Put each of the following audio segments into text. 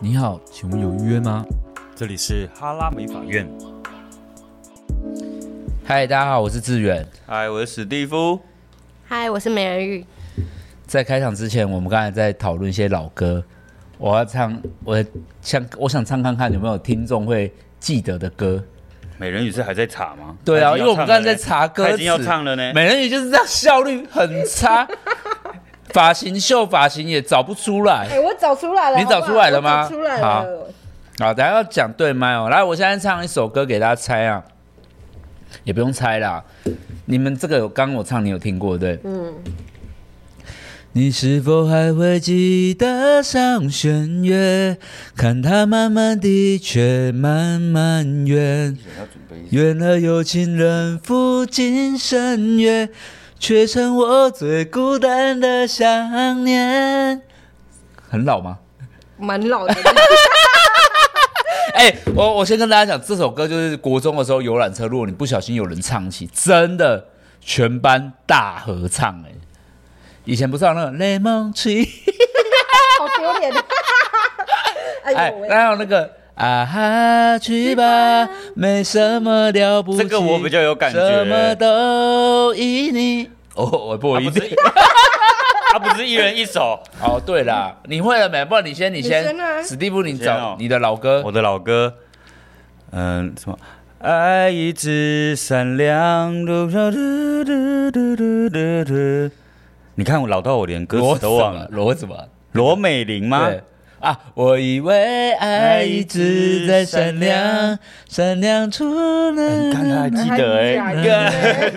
你好，请问有预约吗？这里是哈拉美法院。嗨，大家好，我是志远。嗨，我是史蒂夫。嗨，我是美人鱼。在开场之前，我们刚才在讨论一些老歌，我要唱，我想我想唱看看有没有听众会记得的歌。美人鱼是还在查吗？对啊，他已经要因为我们唱刚才了在呢查歌他词，已经要唱了呢。美人鱼就是这样，效率很差，发型秀发型也找不出来哎、。我找出来了，你好不好找出来了吗我找出来好了。好，大家要讲对麦哦。来，我现在唱一首歌给大家猜啊，也不用猜啦。你们这个有刚刚我唱，你有听过对？嗯，你是否还会记得上弦月？看它慢慢地却慢慢远，远了有情人付尽深渊，却成我最孤单的想念。很老吗？蛮老 的。哎、我我先跟大家讲，这首歌就是国中的时候游览车，如果你不小心有人唱起，真的全班大合唱哎、以前不是有那个《雷梦 吹》，好丢脸！ 哎哎呦喂，，还有那个啊哈去吧，没什么了不起。这个我比较有感觉什么都依 你。哦，我不他一不定是。， 他不是一人 一首。哦，对啦，你会了没？不然你先，你你先先啊，史蒂夫，你先找哦你的老歌我。的老歌，嗯，什么？爱一直闪亮，嘟嘟嘟嘟嘟嘟嘟嘟。你看我老到我连歌词都忘什么了。罗什么？罗美玲吗？对啊，我以为爱一直在闪亮，闪亮出了。你看他还记得哎、还假的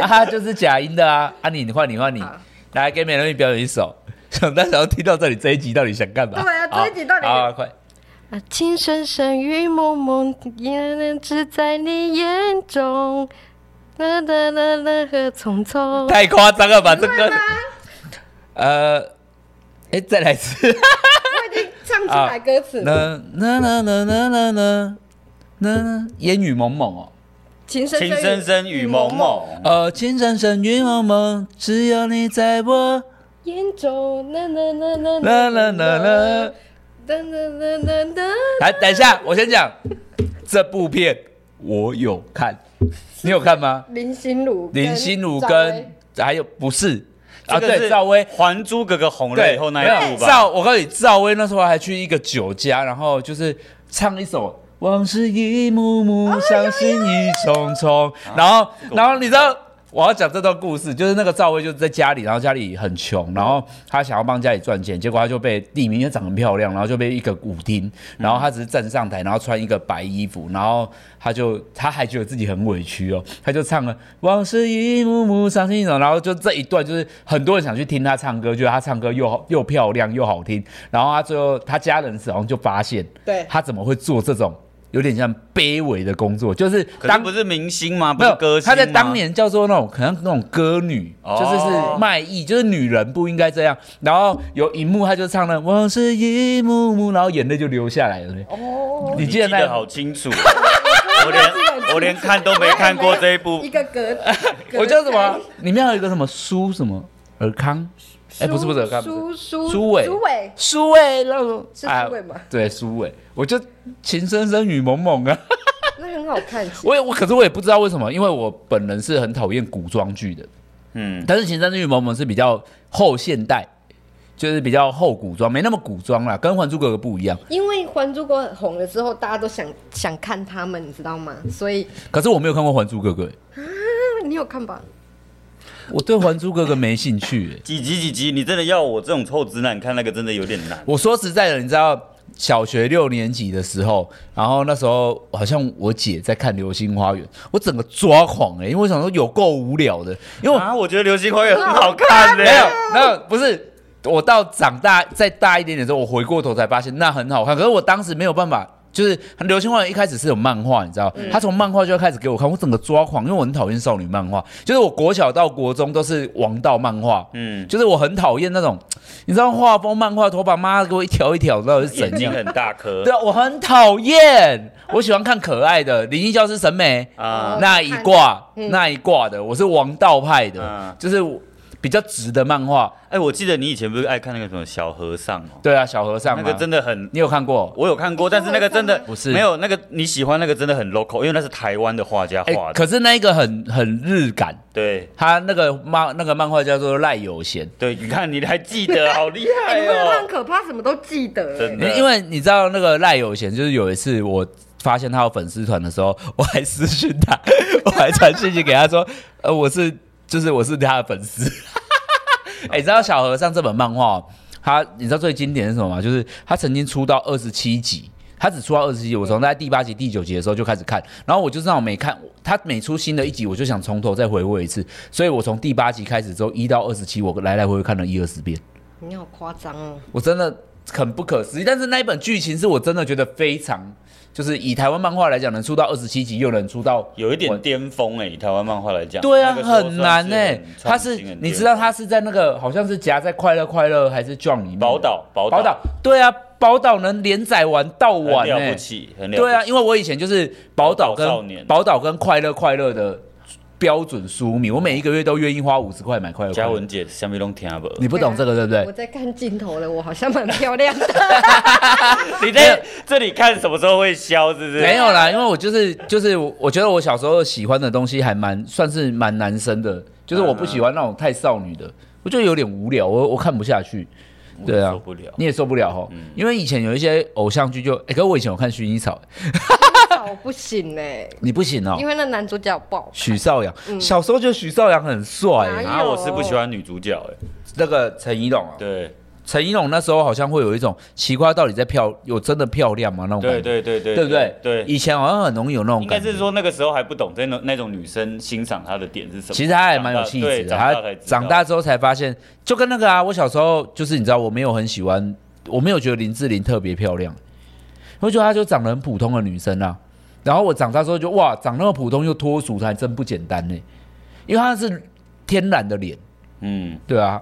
啊，就是假音的啊！啊你，你换你换你好，来给美人鱼表演一首。想大家要听到这里这一集到底想干嘛？对啊好这一集到底好快啊，情深深雨蒙蒙，也只在你眼中。啦啦啦啦和匆匆。太夸张了吧这啊个？呃，哎，再来一 次。我已经唱出来歌词，啊那那那那那那那那烟雨蒙蒙哦。情深情深深雨蒙蒙，呃，情深深雨蒙蒙，只有你在我眼中。啦啦啦啦啦啦啦啦。啦啦啦啦啦。 来，等一下，我先讲这部片，我有看，你有看吗？林心如跟赵薇，林心如跟还有不是啊，这个对，是赵薇《。还珠格格》红了对，以后那没一有部吧？赵，我告诉你，赵薇那时候还去一个酒家，然后就是唱一首《往事一幕幕，哦伤心一重重》，然啊后，然后你知道。我要讲这段故事，就是那个赵薇就是在家里，然后家里很穷，然后她想要帮家里赚钱，结果她就被地名，因为长得很漂亮，然后就被一个舞厅，然后她只是站上台，然后穿一个白衣服，然后她就她还觉得自己很委屈哦，她就唱了“往事一幕幕，伤心一种”，然后就这一段就是很多人想去听她唱歌，觉得她唱歌又好又漂亮又好听，然后她最后她家人好像就发现，对她怎么会做这种有点像卑微的工作，就是可是当不是明星吗？不没是有，歌星她吗在当年叫做那种，可能那种歌女，哦就是是卖艺，就是女人不应该这样。然后有一幕，她就唱了“往事一幕幕”，然后眼泪就流下来了。哦，你你记记得那得好清楚， 我 连我连看都没看过这一部一。个格，格 我叫什么？里面还有一个什么苏什么尔康，哎，苏不是不是尔康，不苏是苏苏伟苏伟，苏伟那种是哎苏 伟吗对，苏伟，我就情深深雨蒙蒙啊。 那很好看。其实我也我可是我也不知道为什么，因为我本人是很讨厌古装剧的。嗯，但是《情深深雨蒙蒙》是比较后现代，就是比较后古装，没那么古装啦，跟《还珠格格》不一样。因为《还珠格格》红了之后，大家都想想看他们，你知道吗？所以可是我没有看过《还珠格格》欸，你有看吧？我对《还珠格格》没兴趣、欸。几集几集？你真的要我这种臭直男看那个真的有点难。我说实在的，你知道小学六年级的时候，然后那时候好像我姐在看《流星花园》，我整个抓狂哎、欸，因为我想说有够无聊的，因为我啊，我觉得《流星花园》很好看呢、没有，没有，不是。我到长大再大一点点之后，我回过头才发现那很好看。可是我当时没有办法，就是《流星花园》一开始是有漫画，你知道，嗯他从漫画就开始给我看，我整个抓狂，因为我很讨厌少女漫画。就是我国小到国中都是王道漫画，嗯，就是我很讨厌那种，你知道画风漫画头发妈给我一条一条，到底是眼怎睛样？很大 颗。对啊，我很讨厌。我喜欢看可爱的《灵异教师》审美，啊，那一挂、那一挂的，我是王道派的，嗯就是比较直的漫画。哎，我记得你以前不是爱看那个什么小和尚哦，对啊，小和尚那嘛，个真的很，你有看过？我有看过，但是那个真的不是没有那个你喜欢那个真的很 local，因为那是台湾的画家哎、画的，可是那一个很很日感，对他那个漫那个漫画叫做赖有贤。对，你看你还记 得，好厉害哎，你们很哦，可怕，什么都记得。真哎的，因为你知道那个赖有贤，就是有一次我发现他有粉丝团的时候， 我还私讯他，我还传信息给他说，呃，我是就是我是他的粉丝。 哎、你知道小和尚这本漫画哦，他你知道最经典是什么吗？就是他曾经出到二十七集。他只出到二十集，我从大概第八集、第九集的时候就开始看，然后我就是那种每看他每出新的一集，我就想从头再回味一次，所以我从第八集开始之后，一到二十七，我来来回回看了一二十遍。你好夸张哦！我真的很不可思议。但是那一本剧情是我真的觉得非常，就是以台湾漫画来讲，能出到二十七集，又能出到有一点我巅峰哎，以台湾漫画来讲，对啊，那个时候很难算呢、是很他创新是很你巅知道峰他是在那个好像是夹在快乐快乐还是 John 里面宝岛宝宝岛对啊，宝岛能连载完到很完了呢、不起，很了不起对啊，，因为我以前就是宝岛宝岛少年跟宝岛跟快乐快乐的标准书迷，我每一个月都愿意花五十块买快乐快嘉乐。文姐下面都听不懂？你不懂这个对不对我？在看镜头了，我好像蛮漂亮的。 你在这里看什么时候会消，是不是？没有啦，因为我就是就是，我觉得我小时候喜欢的东西还蛮算是蛮男生的，就是嗯我不喜欢那种太少女的，我觉得有点无聊，我我看不下去。对啊，受不了你也受不了嗯吼，因为以前有一些偶像剧就，哎、可是我以前有看薰衣草，我 不行哎，你不行哦、因为那男主角 爆。许绍洋，小时候觉得许绍洋很帅、哪有欸，啊，我是不喜欢女主角哎、那个陈怡龙啊，对陈怡龙那时候好像会有一种奇怪，到底在漂有真的漂亮吗？那种感对觉，对对对哦对不对？对，以前好像很容易有那种应感该觉是。说那个时候还不懂这种那种女生欣赏她的点是什么。其实他还蛮有气质的，长大他对长大才知道嗯长大之后才发现，就跟那个啊，我小时候就是你知道，我没有很喜欢，我没有觉得林志玲特别漂亮，我觉得她就长得很普通的女生啊。然后我长大之后就哇，长那么普通又脱俗，还真不简单呢、因为她是天然的脸，嗯，对啊。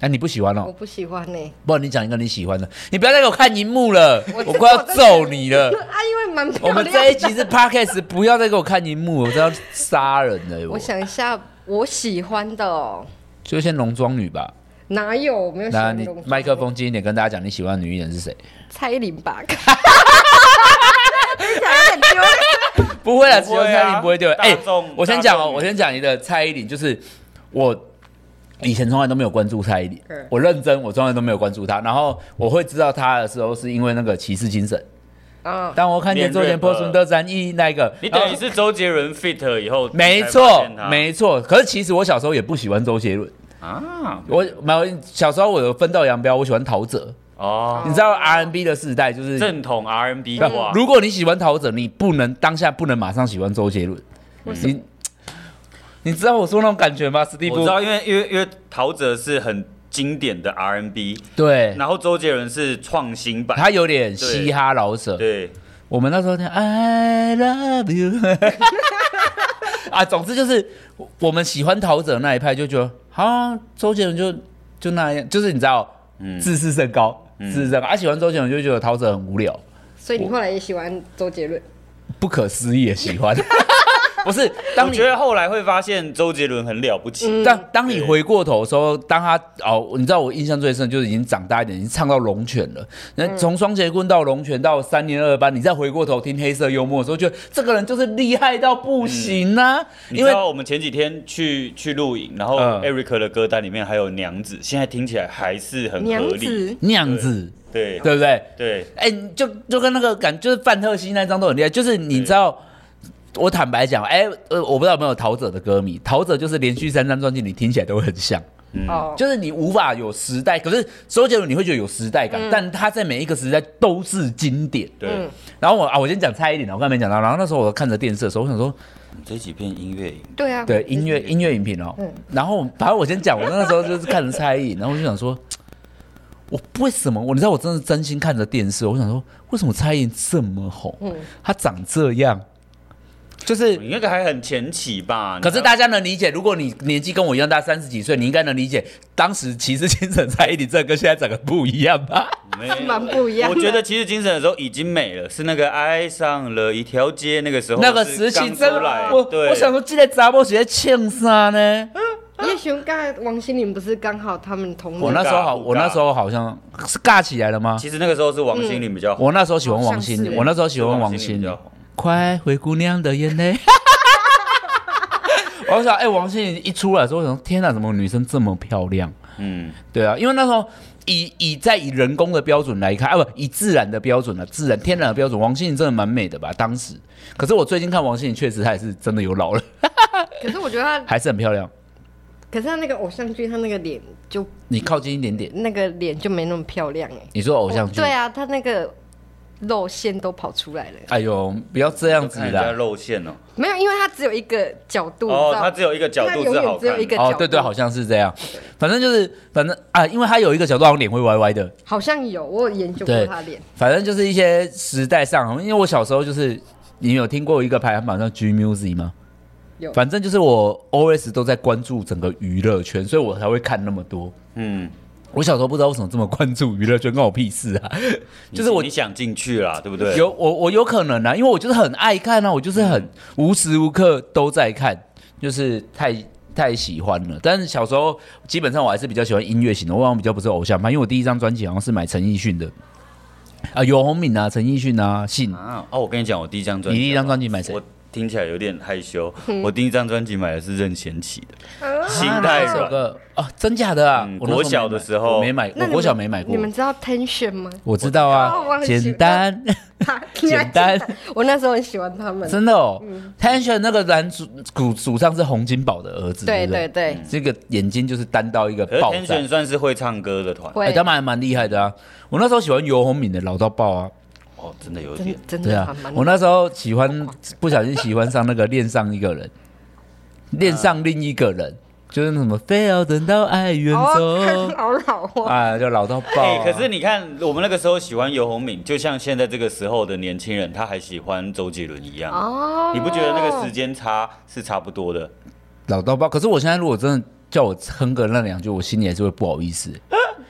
哎、你不喜欢我哦？不喜欢呢，不然你讲一个你喜欢的，你不要再给我看荧幕了，我我知道快要揍你了。 啊，因为蛮漂我亮的。们这一集是 podcast，不要再给我看荧幕，我都要杀人了、我我想一下，我喜欢的哦就先浓妆女吧。哪有我没有喜那欢的你东西麦克风近一点，跟大家讲你喜欢的女艺人是谁？蔡依林吧？哈哈哈哈 哈！不会啦，不只会有啊蔡依林不会对吧。大众我先讲大哦，众我先讲一个蔡依林，就是我以前从来都没有关注蔡依林嗯，我认真，我从来都没有关注她。然后我会知道她的时候，是因为那个骑士精神。啊，当我看见周杰伦、破村的战役那一个，你等然于后是周杰伦 fit 以后，没错，没错。可是其实我小时候也不喜欢周杰伦，啊我没有小时候我有分道扬镳，我喜欢陶喆。哦，你知道 R&B 的时代就是正统 R&B 那挂，如果你喜欢陶喆，你不能当下不能马上喜欢周杰伦，你你知道我说那种感觉吗？史蒂我夫知，道，因为因为因为陶喆是很经典的 R&B，对，然后周杰伦是创新版，他有点嘻哈老舍。对，我们那时候听 I love you，啊，总之就是我我们喜欢陶喆那一派就觉得，好、啊，周杰伦就就那样，就是你知道，嗯自视甚高，嗯自视甚高。啊，喜欢周杰伦就觉得陶喆很无聊，所以你后来也喜欢周杰伦？不可思议的喜 欢。不是，当我你觉得后来会发现周杰伦很了不起，嗯但当你对回过头的时候，当他哦，你知道我印象最深就是已经长大一点，已经唱到龙泉了。那从双节棍到龙泉到三年二班，你再回过头听黑色幽默的时候，觉得这个人就是厉害到不行啊！嗯你因知为道我们前几天去去露营，然后嗯 Eric 的歌单里面还有娘子，现在听起来还是很娘合理。子，那样子，对对不对？对，哎、你就就跟那个感，就是范特西那张都很厉害，就是你知道。我坦白讲，哎、呃，我不知道有没有陶喆的歌迷，陶喆就是连续三张专辑，你听起来都会很像。嗯哦，就是你无法有时代，可是周杰伦你会觉得有时代感，但他在每一个时代都是经典。对，嗯然后我啊，我先讲蔡依林啊，我刚才没讲到。然后那时候我看着电视的时候，我想说，这几片音乐对啊，对音乐音乐影评哦。然后反正我先讲，我那时候就是看着蔡依林，然后我就想说，我为什么我你知道我真的真心看着电视，我想说为什么蔡依林这么红？她长这样，就是你那个还很前期吧？可是大家能理解，如果你年纪跟我一样大，三十几岁，你应该能理解当时骑士精神蔡依林这跟现在整个不一样吧？没有蛮不一样的我觉得其实精神的时候已经没了，是那个爱上了一条街那个时候，那个时期真来，我对，我想说，这个杂波鞋欠啥呢？叶雄尬王心凌不是刚好他们同我那年？时候好，尬我那时候好像是尬起来了吗？其实那个时候是王心凌比较红，我那时候喜欢王心好像凌，是我那时候喜欢王王心心凌比较凌红。快回姑娘的眼泪。 我想，哎、王心凌一出来的时候，我想，天哪，怎么女生这么漂亮？嗯，对啊，因为那时候以以在以人工的标准来看，啊不，以自然的标准了、自然天然的标准，王心凌真的蛮美的吧？当时，可是我最近看王心凌，确实她也是真的有老了，可是我觉得他，还是很漂亮。可是他那个偶像剧，他那个脸就你靠近一点点，那个脸就没那么漂亮哎。你说偶像剧，对啊，他那个肉线都跑出来了，哎呦，不要这样子看人家啦。露馅哦。没有，因为他只有一个角度，哦，他你知只有一个角他度永是远好只有看一个的。哦，对对，好像是这样。反正就是，反正啊，因为她有一个角度，好像脸会歪歪的。道好像有，我有研究过对他脸，反正就是一些时代上，因为我小时候就是，你有听过一个排行榜叫 G Music 吗？有反正就是我 always 都在关注整个娱乐圈，所以我才会看那么多。嗯，我小时候不知道为什么这么关注娱乐圈，关我屁事啊！就是我你想进去啦，对不对？嗯有我我有可能啊，因为我就是很爱看啊，我就是很无时无刻都在看，就是太太喜欢了。但是小时候基本上我还是比较喜欢音乐型的，我好像比较不是偶像派，因为我第一张专辑好像是买陈奕迅的，啊，游鸿敏啊，陈奕迅啊，信。啊，哦，我跟你讲，我第一张专辑，你第一张专辑买谁我听起来有点害羞。我第一张专辑买的是任贤齐的《心啊太那首软》。歌哦，真假的啊嗯！我那时候国小没买的时候我没买，那我你国小们没买过你。们知道 Tension 吗？我知道哦我啊，很喜欢简单， 他你还简单记得我那时候很喜欢他们，真的哦。Tension 嗯那个男主主主唱是洪金宝的儿子，对不对对，这个眼睛就是单到一个可是爆 Tension 炸，算是会唱歌的团哎、会他们还蛮厉害的啊。我那时候喜欢游鸿敏的老到爆啊，哦，真的有点真真对的啊还蛮，我那时候喜欢不小心喜欢上那个恋上一个人，恋上另一个人，就是那什么非要等到爱远哦走，好老哦，啊，就老到爆哎、啊、可是你看，我们那个时候喜欢游鸿敏，就像现在这个时候的年轻人，他还喜欢周杰伦一样。哦你不觉得那个时间差是差不嗯多的？老到爆。可是我现在如果真的叫我哼个那两句，我心里还是会不好意 思。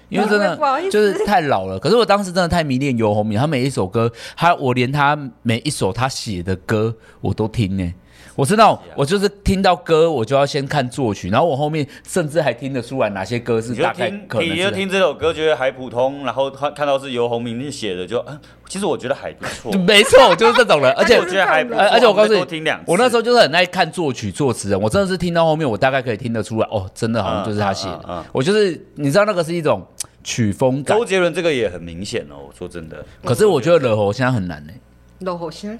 因为真你会不好的意思就是太老了，可是我当时真的太迷恋游鸿明，他每一首歌，他我连他每一首他写的歌我都听呢、我知道，啊我就是听到歌，我就要先看作曲，然后我后面甚至还听得出来哪些歌是你就大概听可，能你是就听这首歌，觉得还普通，然后看看到是游鸿明写的就，嗯，其实我觉得还不错对。没错，我就是这种人，而且我觉得还不错，而而且我告诉们你多听两，次。我那时候就是很爱看作曲作词人，我真的是听到后面，我大概可以听得出来，哦，真的好像就是他写嗯嗯嗯的嗯。我就是你知道那个是一种曲风感周，杰伦这个也很明显哦，我说真的，可是我觉得惹火现在很难呢。欸老火星，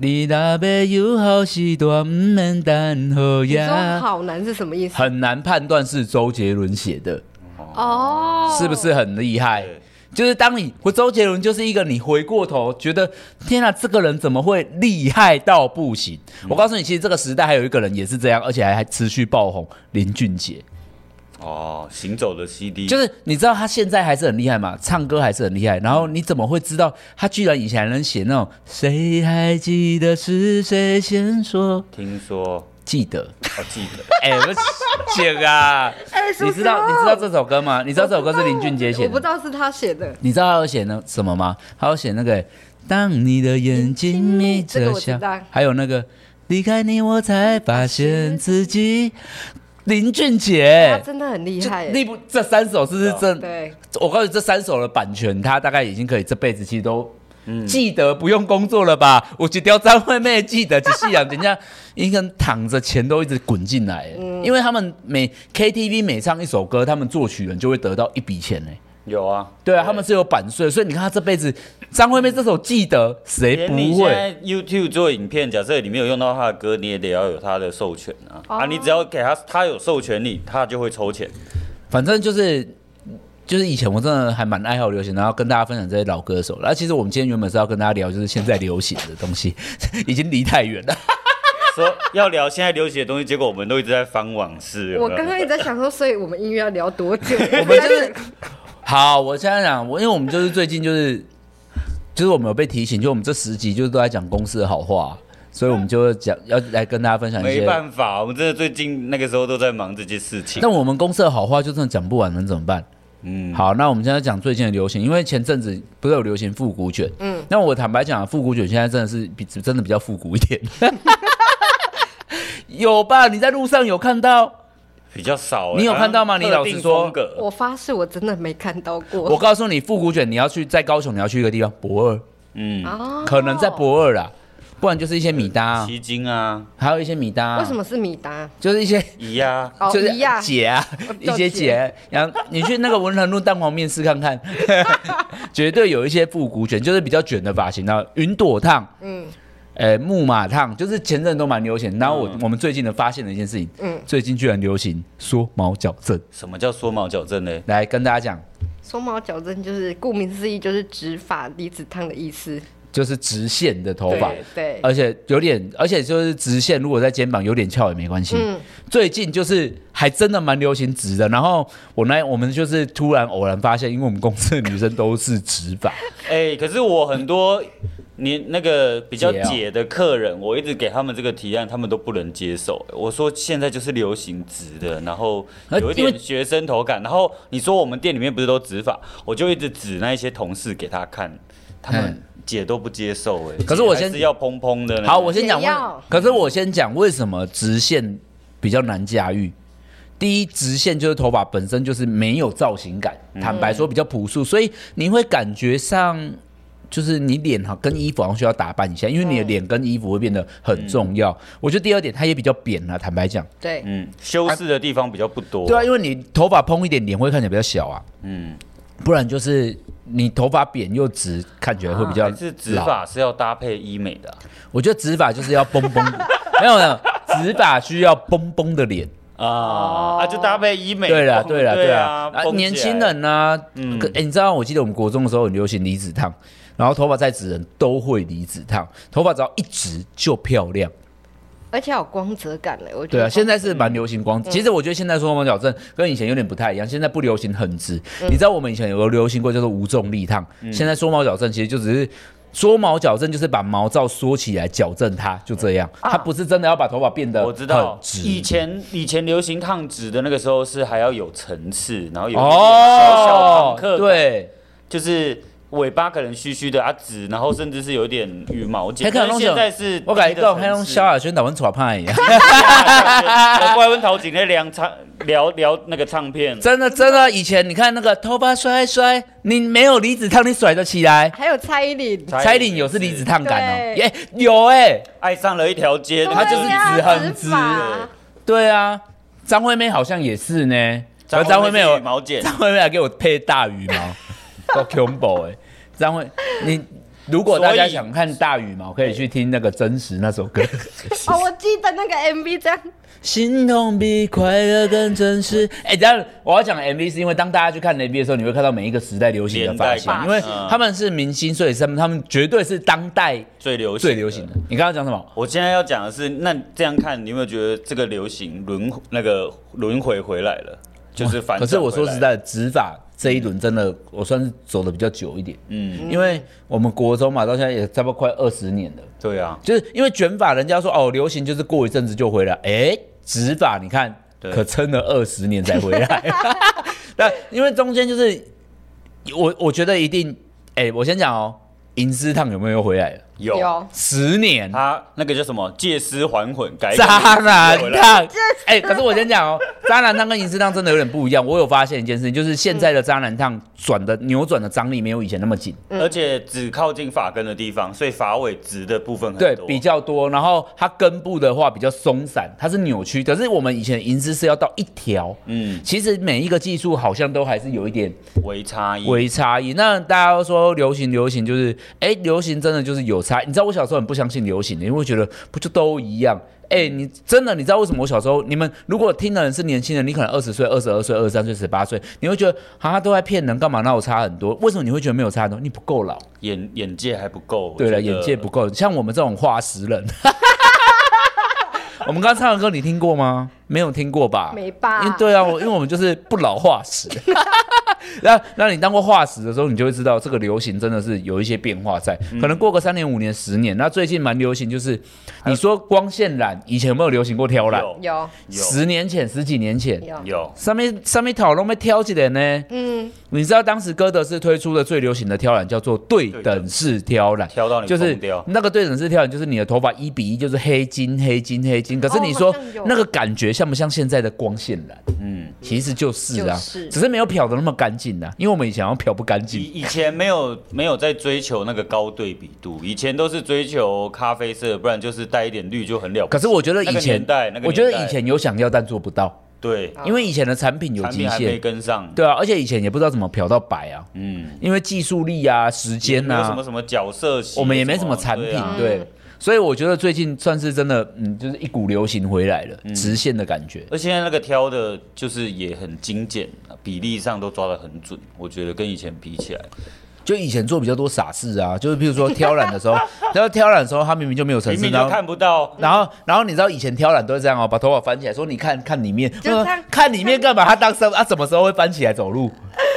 你若要有好时段，不免等候你说呀。好难是什么意思？很难判断是周杰伦写的，哦，是不是很厉害对？就是当你或周杰伦就是一个你回过头觉得天啊，这个人怎么会厉害到不行？我告诉你，其实这个时代还有一个人也是这样，而且还还持续爆红，林俊杰。哦，行走的 CD 就是你知道他现在还是很厉害嘛，唱歌还是很厉害。然后你怎么会知道他居然以前还能写那种谁还记得是谁先说听说，记得？我、记得。 哎、不行啊！哎叔叔 你知道你知道这首歌吗？你知道这首歌是林俊杰写我的不知。道是他写的，你知道他有写那什么吗？他有写那个“当你的眼睛眯这个着我知笑道”，还有那个“离开你我才发现自己”。林俊他杰，真的很厉哎就害耶，那部这三首是不是真？对，我告诉你，这三首的版权，他大概已经可以这辈子其实都。记得不用工作了吧？我一条张惠妹记得，只是啊，人家一个人躺着，钱都一直滚进来、嗯因为他们每 KTV 每唱一首歌，他们作曲人就会得到一笔钱呢、有啊，对啊，他们是有版税，所以你看他这辈子张惠妹这首记得谁连你哎不现会？在 YouTube 做影片，假设你没有用到他的歌，你也得要有他的授权啊。哦啊，你只要给他，他有授权你，他就会抽钱。反正就是就是以前我真的还蛮爱好流行，然后跟大家分享这些老歌手。然后其实我们今天原本是要跟大家聊就是现在流行的东西， 已经离太远了。说要聊现在流行的东西，结果我们都一直在翻往事。有我没有刚刚一直在想说，所以我们音乐要聊 多久？我们就是好，我现在讲，我因为我们就是最近就是，就是我们有被提醒，就我们这十集就是都在讲公司的好话，所以我们就会讲要来跟大家分享一没些。办法，我们真的最近那个时候都在忙这些 事情。但我们公司的好话就真的讲不完，能怎么办？嗯，好，那我们现在讲最近的流行，因为前阵子不是有流行复古卷，嗯，那我坦白讲，复古卷现在真的是比真的比较复古一点，有吧？你在路上有看到？比较少欸。你有看到吗好像你老实特定说风格我发誓我真的没看到我过。告诉你，复古卷你要去在高雄，你要去一个地方，博二，嗯，哦可能在博二啦，不然就是一些米搭，奇经啊，还有一些米搭，为什么是米达？就是一些姨啊，哦，就是一样。姐啊，一叫些姐姐，然后你去那个文衡路蛋黄面试看看， 绝对有一些复古卷，就是比较卷的发型，然后云朵烫，嗯呃，木马烫，就是前阵都蛮流行。然后我、嗯我们最近呢发现了一件事情，嗯，最近居然流行缩毛矫正，什么叫缩毛矫正呢？来跟大家讲，缩毛矫正就是顾名思义，就是直发离子烫的意思。就是直线的头发。呃对对，而且有点，而且就是直线，如果在肩膀有点翘也没关系。嗯最近就是还真的蛮流行直的，然后我那我们就是突然偶然发现，因为我们公司的女生都是直 发，哎、可是我很多你那个比较姐哦解的客人，我一直给他们这个提案，他们都不能接受。我说现在就是流行直的，然后呃有一因点为学生头感。然后你说我们店里面不是都直发，我就一直指那一些同事给他看，他们嗯姐都不接受哎、可是姐我还先是要蓬蓬的呢。好，我先讲也要为，可是我先讲为什么直线比较难驾驭。第一，直线就是头发本身就是没有造型感，嗯坦白说比较朴素，所以你会感觉上就是你脸哈跟衣服好像需要打扮一下，因为你的脸跟衣服会变得很重要。嗯我觉得第二点，它也比较扁啊，坦白讲，对，嗯，修饰的地方比较不多。对啊，因为你头发蓬一点，脸会看起来比较小啊，嗯，不然就是你头发扁又直，看起来会比较还啊是直老发是要搭配医美的啊我觉得直发就是要崩崩的， 没有没有，直发需要崩崩的脸。啊，啊就搭配医美。对了，绷对了，对对啊，啊绷起年轻来嗯人呢，可诶你知道，我记得我们国中的时候很流行离子烫，然后头发再直人都会离子烫，头发只要一直就漂亮。而且有光泽感嘞，我觉对得。啊，现在是蛮流行光。其实我觉得现在缩毛矫正跟以前有点不太一样，现在不流行很直。你知道我们以前有流行过叫做无重力烫，现在缩毛矫正其实就只是。缩毛矫正就是把毛躁缩起来，矫正它，就这样。它不是真的要把头发变得我知道很，直以前以前流行烫直的那个时候是还要有层次，然后有一点小小哦坦，克，，对，就是尾巴可能虚虚的啊直，然后甚至是有一点羽毛还剪。可能但弄是现在是我感觉到低还的层用次萧 亚轩打完耍派一样， 我怪问陶景在聊唱聊聊那个唱片，真的真的。以前你看那个头发甩甩，你没有离子烫，你甩得起 来。还有蔡依林，蔡依林有是离子烫感哦，对耶、有哎、爱上了一条街，对啊她就是呀直很直发对啊，张惠妹好像也是呢。可是张惠惠妹妹有有羽毛剪张惠妹还给我配大羽 毛，够 combo 哎。张惠，你如果大家所以想看大羽毛，可以去听那个真实那首歌。哦，我记得那个 MV 这样， 心痛比快乐更真实。哎、等一下我要讲的 MV 是因为当大家去看 MV 的时候，你会看到每一个时代流行的发型年代，感因为嗯他们是明星，所以他们他们绝对是当代最流行最流行的。你刚刚讲什么？我现在要讲的是，那这样看，你有没有觉得这个流行轮那个轮回回来了？就是反。可是我说实，在，直发这一轮真的，我算是走的比较久一点，嗯，因为我们国中嘛，到现在也差不多快二十年了。对啊，就是因为卷发，人家说哦，流行就是过一阵子就回来。哎、直发你看，对可撑了二十年才回 来。 那因为中间就是我，我觉得一定，哎、我先讲哦，银丝烫有没有又回来了？有。十年他那个叫什么借尸还魂，改一个渣男名字回来 烫，哎、可是我先讲哦，渣男烫跟银丝烫真的有点不一样。我有发现一件事情，就是现在的渣男烫转的扭转的张力没有以前那么紧。而且只靠近发根的地方，所以发尾直的部分很对多，啊比较多，然后它根部的话比较松散，它是扭曲。可是我们以前的银丝是要到一条，嗯其实每一个技术好像都还是有一点微差异。微差异。那大家都说流行，流行就是，哎、流行真的就是有差。你知道我小时候很不相信流行的，因为我觉得不就都一样。哎、嗯你真的，你知道为什么我小时候，你们如果听的人是年轻人，你可能二十岁、二十二岁、二十三岁、十八岁，你会觉得啊，他都在骗人，干嘛？那我差很多，为什么你会觉得没有差很多？你不够老。眼眼界还不够。对我了，觉得眼界不够，像我们这种化石人。 我们刚刚唱的歌你听过吗？没有听过吧？没吧因为对啊，我因为我们就是不老化石。 那那你当过画史的时候，你就会知道这个流行真的是有一些变化在，嗯可能过个三年、五年、十年。那最近蛮流行，就是你说光线染，以前有没有流行过挑染？有有十年前、十几年前，有，有，上面上面讨论被挑起来呢。嗯，你知道当时哥德式推出的最流行的挑染叫做对等式挑染，挑到你就是疯掉那个对等式挑染，就是你的头发一比一就是黑金、黑金、黑金。可是哦你说、好像有那个感觉像不像现在的光线染？嗯，其实就是啊，就是只是没有漂的那么干净啊啦，因为我们以前好像漂不干以净。以前没有没有在追求那个高对比度，以前都是追求咖啡色，不然就是带一点绿就很了不可起。是我觉得那以个前，年代那个我觉年得代以前有想要但做不到，对因为以前的产品有产极品还没限，跟上，对啊，而且以前也不知道怎么漂到白啊，嗯，因为技术力啊、时也间没有什啊么，什么角色戏，我们也没什么产品对啊，对。所以我觉得最近算是真的，嗯，就是一股流行回来了，直线的感觉。而现在那个挑的，就是也很精简，比例上都抓得很准，我觉得跟以前比起来，就以前做比较多傻事啊，就是譬如说挑染的时候，然后挑染的时候他明明就没有城明市，明然就后看不到，然后，然后你知道以前挑染都是这样哦，把头发翻起来，说你看看里面，就是我说他看里面干嘛？他当时他什么时候会翻起来走路，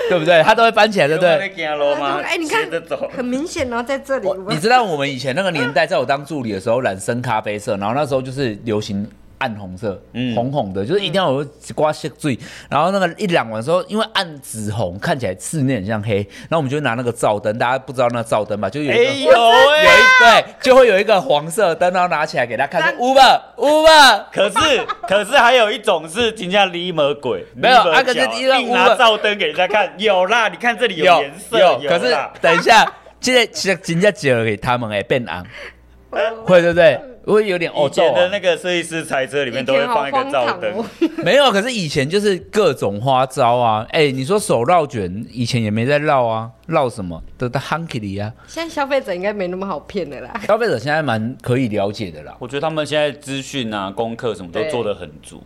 对不对？他都会翻起来，对不对？走路吗？哎，你看斜着走，很明显哦，在这里 我，你知道我们以前那个年代，在我当助理的时候，染深咖啡色，然后那时候就是流行暗红色，嗯红红的，就是一定要有刮些醉，然后那个一染完之后，因为暗紫红看起来室内很像黑，然后我们就拿那个照灯，大家不知道那照灯吧，就有哎一个。有有一哎，对，就会有一个黄色灯，然后拿起来给他看，说但 Uber Uber，可是可是还有一种是人家离魔鬼，没有离啊魔可是角因为硬我拿照灯给人 家看，有啦，你看这里 有颜色，有，可是啦等一下，这个这真正酒给他们哎变昂，会对不对？会有点以哦皱前的啊，那个设计师裁车里面都会放一哦个照灯， 没有。可是以前就是各种花招啊，哎，你说手绕卷，以前也没在绕啊，绕什么的的 hunky 里啊，现在消费者应该没那么好骗的啦。消费者现在蛮可以了解的啦。我觉得他们现在资讯啊、功课什么都对做得很足。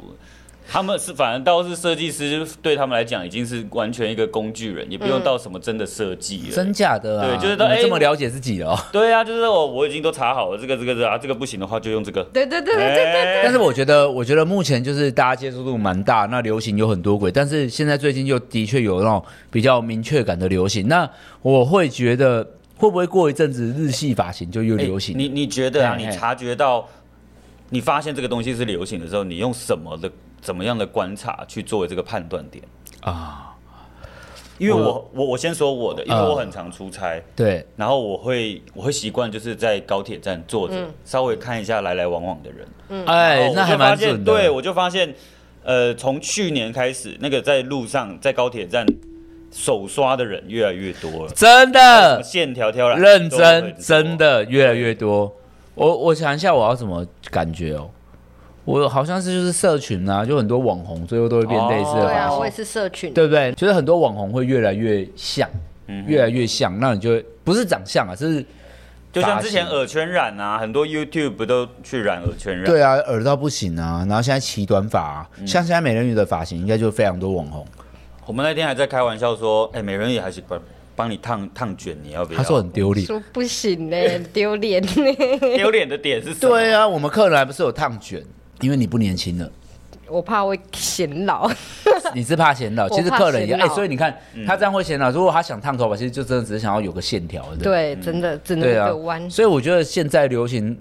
他们是反而倒是设计师对他们来讲已经是完全一个工具人，也不嗯用到什么真的设计了。真假的啊？对就是你说们哎这么了解自己 了哦。对啊，就是我我已经都查好了，这个这个这个啊，这个不行的话就用这个。对对 对对对啊对，但是我觉得，我觉得目前就是大家接受度蛮大，那流行有很多轨，但是现在最近又的确有那种比较明确感的流行。那我会觉得，会不会过一阵子日系发型就又哎流行？你你觉得啊？嘿你嘿察觉到，你发现这个东西是流行的时候，你用什么的怎么样的观察去作为这个判断点？啊，因为我嗯我我我先说我的，因为我很常出差，对，然后我会我会习惯就是在高铁站坐着，稍微看一下来来往往的人。然哎后，嗯哦我那就还发蛮现准的。对，我就发现，呃，从去年开始，那个在路上在高铁站手刷的人越来越多了。真什么的线条挑染，认都很真，多真。的越来越多。我我想一下，我要怎么感觉哦？我好像是就是社群啊，就很多网红最后都会变类似哦的对发啊，型我。也是社群，对不对？就是很多网红会越来越像，越来越像，那你就会不是长相啊，是就像之前发型耳圈染啊，很多 YouTube 不都去染耳圈染？对啊，耳到不行啊，然后现在齐短发、啊，像现在美人鱼的发型，应该就非常多网红。我们那天还在开玩笑说，哎、美人也还是帮帮你烫烫卷，你要不要？他说很丢脸。说不行嘞，很丢脸嘞，丢脸的点是什么？对啊，我们客人还不是有烫卷，因为你不年轻了，我怕会显老。你是怕显老。怕其实客人也显哎、老所以你看他这样会显老。如果他想烫头发，其实就真的只是想要有个线条而已。对，啊真的只能对一啊个弯，。所以我觉得现在流行，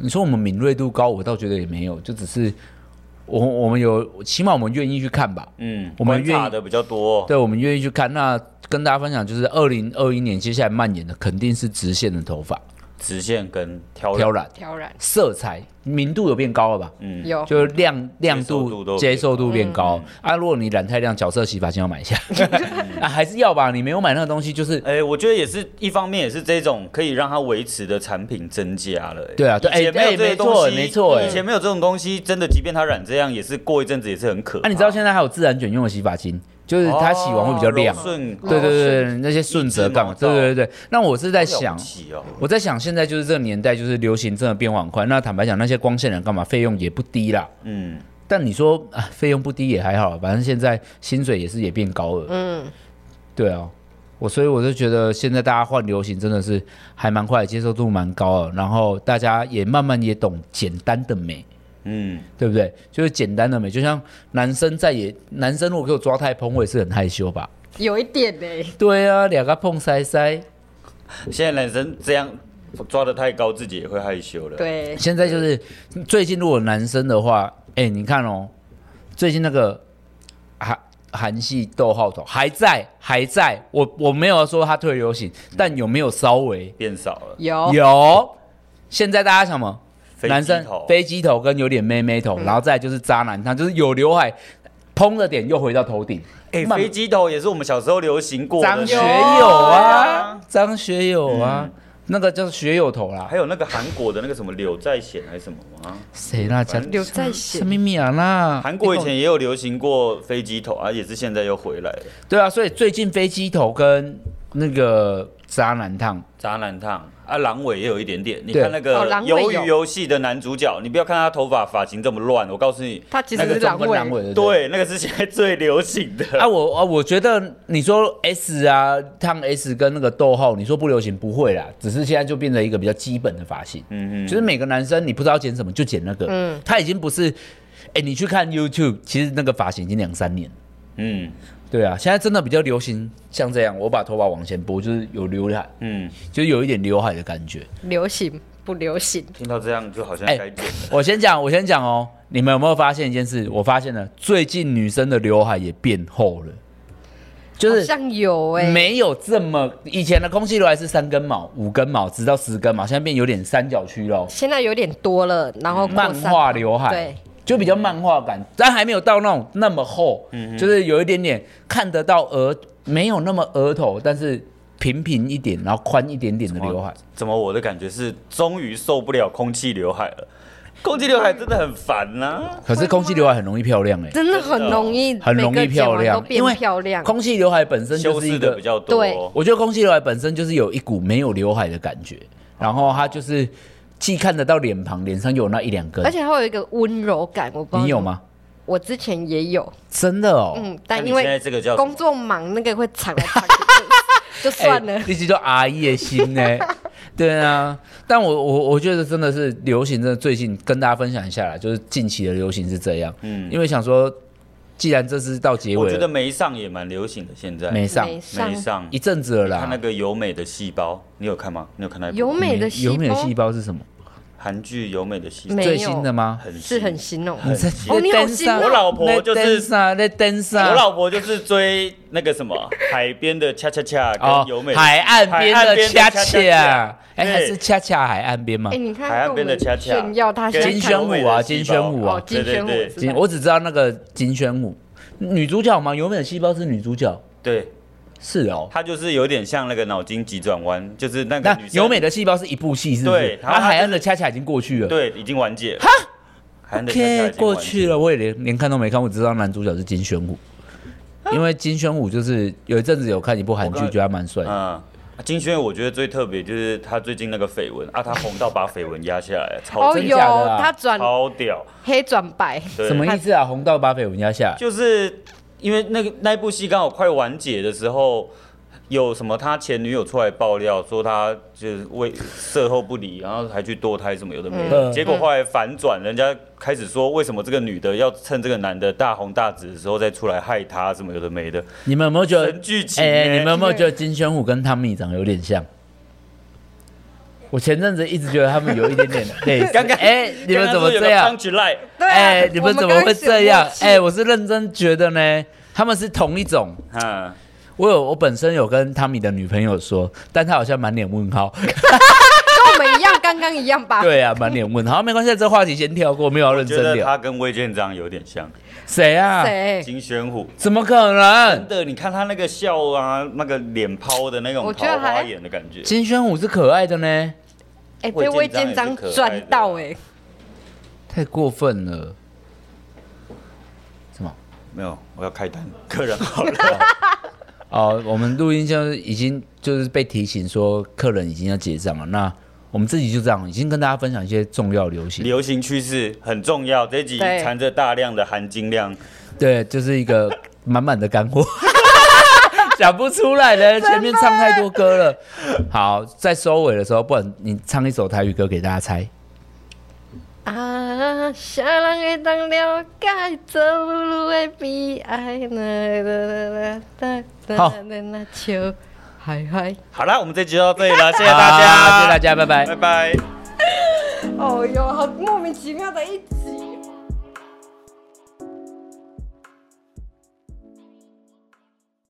你说我们敏锐度高，我倒觉得也没有，就只是我我们有，起码我们愿意去看吧。嗯，我们观察愿意的比较多。对，我们愿意去看。那跟大家分享，就是二零二一年接下来蔓延的肯定是直线的头发直线跟挑挑染，挑染色彩明度有变高了吧？嗯有，就是亮亮接受度度都有接受度变高啊！如果你染太亮，角色洗发精要买一下啊，还是要吧？你没有买那个东西，就是哎、我觉得也是一方面，也是这种可以让它维持的产品增加了、哎对啊对以前哎没有哎这些没东错西，没错哎以前没有这种东西，真的，即便它染这样，也是过一阵子也是很可啊，怕。你知道现在还有自然卷用的洗发精，就是它洗完会比较亮哦柔。顺，对对对，对那些顺折干嘛？一致哦对毛躁对对对。那我是在想了不，起哦，我在想，现在就是这个年代，就是流行真的变化很快。那坦白讲，那些光线染干嘛？费用也不低啦。嗯，但你说啊，费用不低也还好，反正现在薪水也是也变高了。嗯，对啊，我所以我就觉得现在大家换流行真的是还蛮快，接受度蛮高的，然后大家也慢慢也懂简单的美。嗯，对不对？就是简单的美，就像男生再也男生如果给我抓太蓬，我也是很害羞吧。有一点呢、欸，对啊，两个碰塞塞。现在男生这样抓的太高，自己也会害羞了。，对，现在就是最近，如果男生的话，哎、你看哦，最近那个韩韩系逗号头还在还在，我我没有说他退流行，但有没有稍微变少了。有有？现在大家想什么？飞机男生头飞机头跟有点妹妹嗯头，然后再来就是渣男烫，就是有刘海，蓬的点又回到头顶。哎、慢飞机头也是我们小时候流行过的。张学有友啊啊，张学友啊，嗯那个叫学友头啦还，有那个韩国的那个什么柳在贤还是什么吗？谁啦？讲反正有在写什，么米啊啦？韩国以前也有流行过飞机头啊，也是现在又回来了。对啊，所以最近飞机头跟那个渣男烫，渣男烫啊，狼尾也有一点点。你对看那个哦狼《尾有鱿鱼游戏》的男主角，你不要看他头发发型这么乱，我告诉你，他其那实个是中狼跟尾，狼尾的对，那个是现在最流行的。啊，我啊，我觉得你说 S 啊，烫 S 跟那个逗号，你说不流行不会啦，只是现在就变成一个比较基本的发型。嗯嗯，就是每个男生你不知道剪什么就剪那个，嗯嗯，他已经不是，哎、你去看 YouTube，其实那个发型已经两三年，嗯对啊，现在真的比较流行像这样，我把头发往前拨，就是有刘海，嗯，就是有一点刘海的感觉。流行不流行？听到这样就好像哎该剪了。我先讲，我先讲哦，你们有没有发现一件事？我发现了，最近女生的刘海也变厚了，就好是嗯像有哎、没有这么以前的空气刘海是三根毛、五根毛，直到十根毛，现在变有点三角区喽。现在有点多了，然后扩漫散画刘海，对，就比较漫画感，但还没有到那种那么厚，嗯就是有一点点看得到额，没有那么额头，但是平平一点，然后宽一点点的刘海。怎么我的感觉是终于受不了空气刘海了？空气刘海真的很烦呐、可是空气刘海很容易漂亮哎、真的很容易，哦很容易每个剪漂完亮都，因为变漂亮。空气刘海本身就修是一饰的个比较多。对我觉得空气刘海本身就是有一股没有刘海的感觉，然后它就是既看得到脸庞，脸上有那一两根而，且它会有一个温柔感，我不知道你有怎么？吗？我之前也有，真的哦，嗯，那但你因现在为这个叫什工么作忙，那个会藏来藏去，就就哎算了。你只叫阿姨的心 呢、对啊，但我我我觉得真的是流行，真的最近跟大家分享一下啦，就是近期的流行是这样，嗯，嗯因为想说，既然这次到结我尾觉得了，眉上也蛮流行的，现在没上没上眉上一阵子了看那啦。个由美的细胞，你有看吗？你有看那一部由吗美的没嗯有美的细细胞是什么？韩剧《由美的细胞没》有最新的吗？很是很新形容，你在哦你好新哦我老婆就是啥在登山，我老婆就是追那个 什么海边的恰恰恰哦跟由美，的海岸边海岸的边的恰恰恰，哎，对还是恰恰海岸边吗哎、？你看，海岸边的恰恰炫耀他跟金宣武啊，金宣武啊哦，，金宣武对对对是金吧我只知道那个金宣武，女主角吗？有美的细胞是女主角，对，是哦。她就是有点像那个脑筋急转弯，就是那个那女生有美的细胞是一部戏，是不是对？然后那它海岸的恰恰已经过去了。对已经完结了，海岸的恰恰已经 OK，完结过去了，我也连连看都没看，我只知道男主角是金宣武，因为金宣武就是有一阵子有看一部韩剧，我刚觉得他蛮帅的。嗯，金宣我觉得最特别就是他最近那个绯闻啊，他红到把绯闻压下来，超哦，真真假有的啊他转超屌，黑转白，对什么意思啊？红到八百文家下，就是因为那个那一部戏刚好快完结的时候，有什么他前女友出来爆料说他就是为色后不理，然后还去堕胎什么有的没的，嗯结果后来反转，人家开始说为什么这个女的要趁这个男的大红大紫的时候再出来害他什么有的没的，你们有没有觉得神剧情哎、欸你们有没有觉得金宣虎跟汤米长得有点像？我前阵子一直觉得他们有一点 点类似。刚刚哎、你们怎么这样？ p u n 对啊哎、你们怎么会这样？哎、我我是认真觉得呢，他们是同一种。嗯，我有，我本身有跟汤米的女朋友说，但她好像满脸问 号。跟我们一样，刚刚一样吧？对啊，满脸问号。好没关系，这话题先跳过，没有要认觉得真聊。他跟魏建章有点像，谁啊？谁？金宣虎。哎怎么可真能？的，你看他那个笑啊，那个脸抛的那种我觉得桃花还眼的感觉，金宣虎是可爱的呢，哎、被魏魏建建章也章是可爱的赚到哎、太过分了。什么？没有，我要开 单，客人好了。哦，我们录音就是已经就是被提醒说客人已经要结账了，那我们自己就这样，已经跟大家分享一些重要流行，流行趋势很重要，这一集对含着大量的含金量，对，就是一个满满的干 货，讲不出来了，前面唱太多歌了。好，在收尾的时候，不然你唱一首台语歌给大家猜，啊，啥人会当了解走路的悲哀呢？哒哒哒哒好那那那球，嗨嗨，好啦，我们这集就到这里 了，谢谢谢大家，谢谢大，家，拜拜拜。拜。哦哟，好莫名其妙的一集。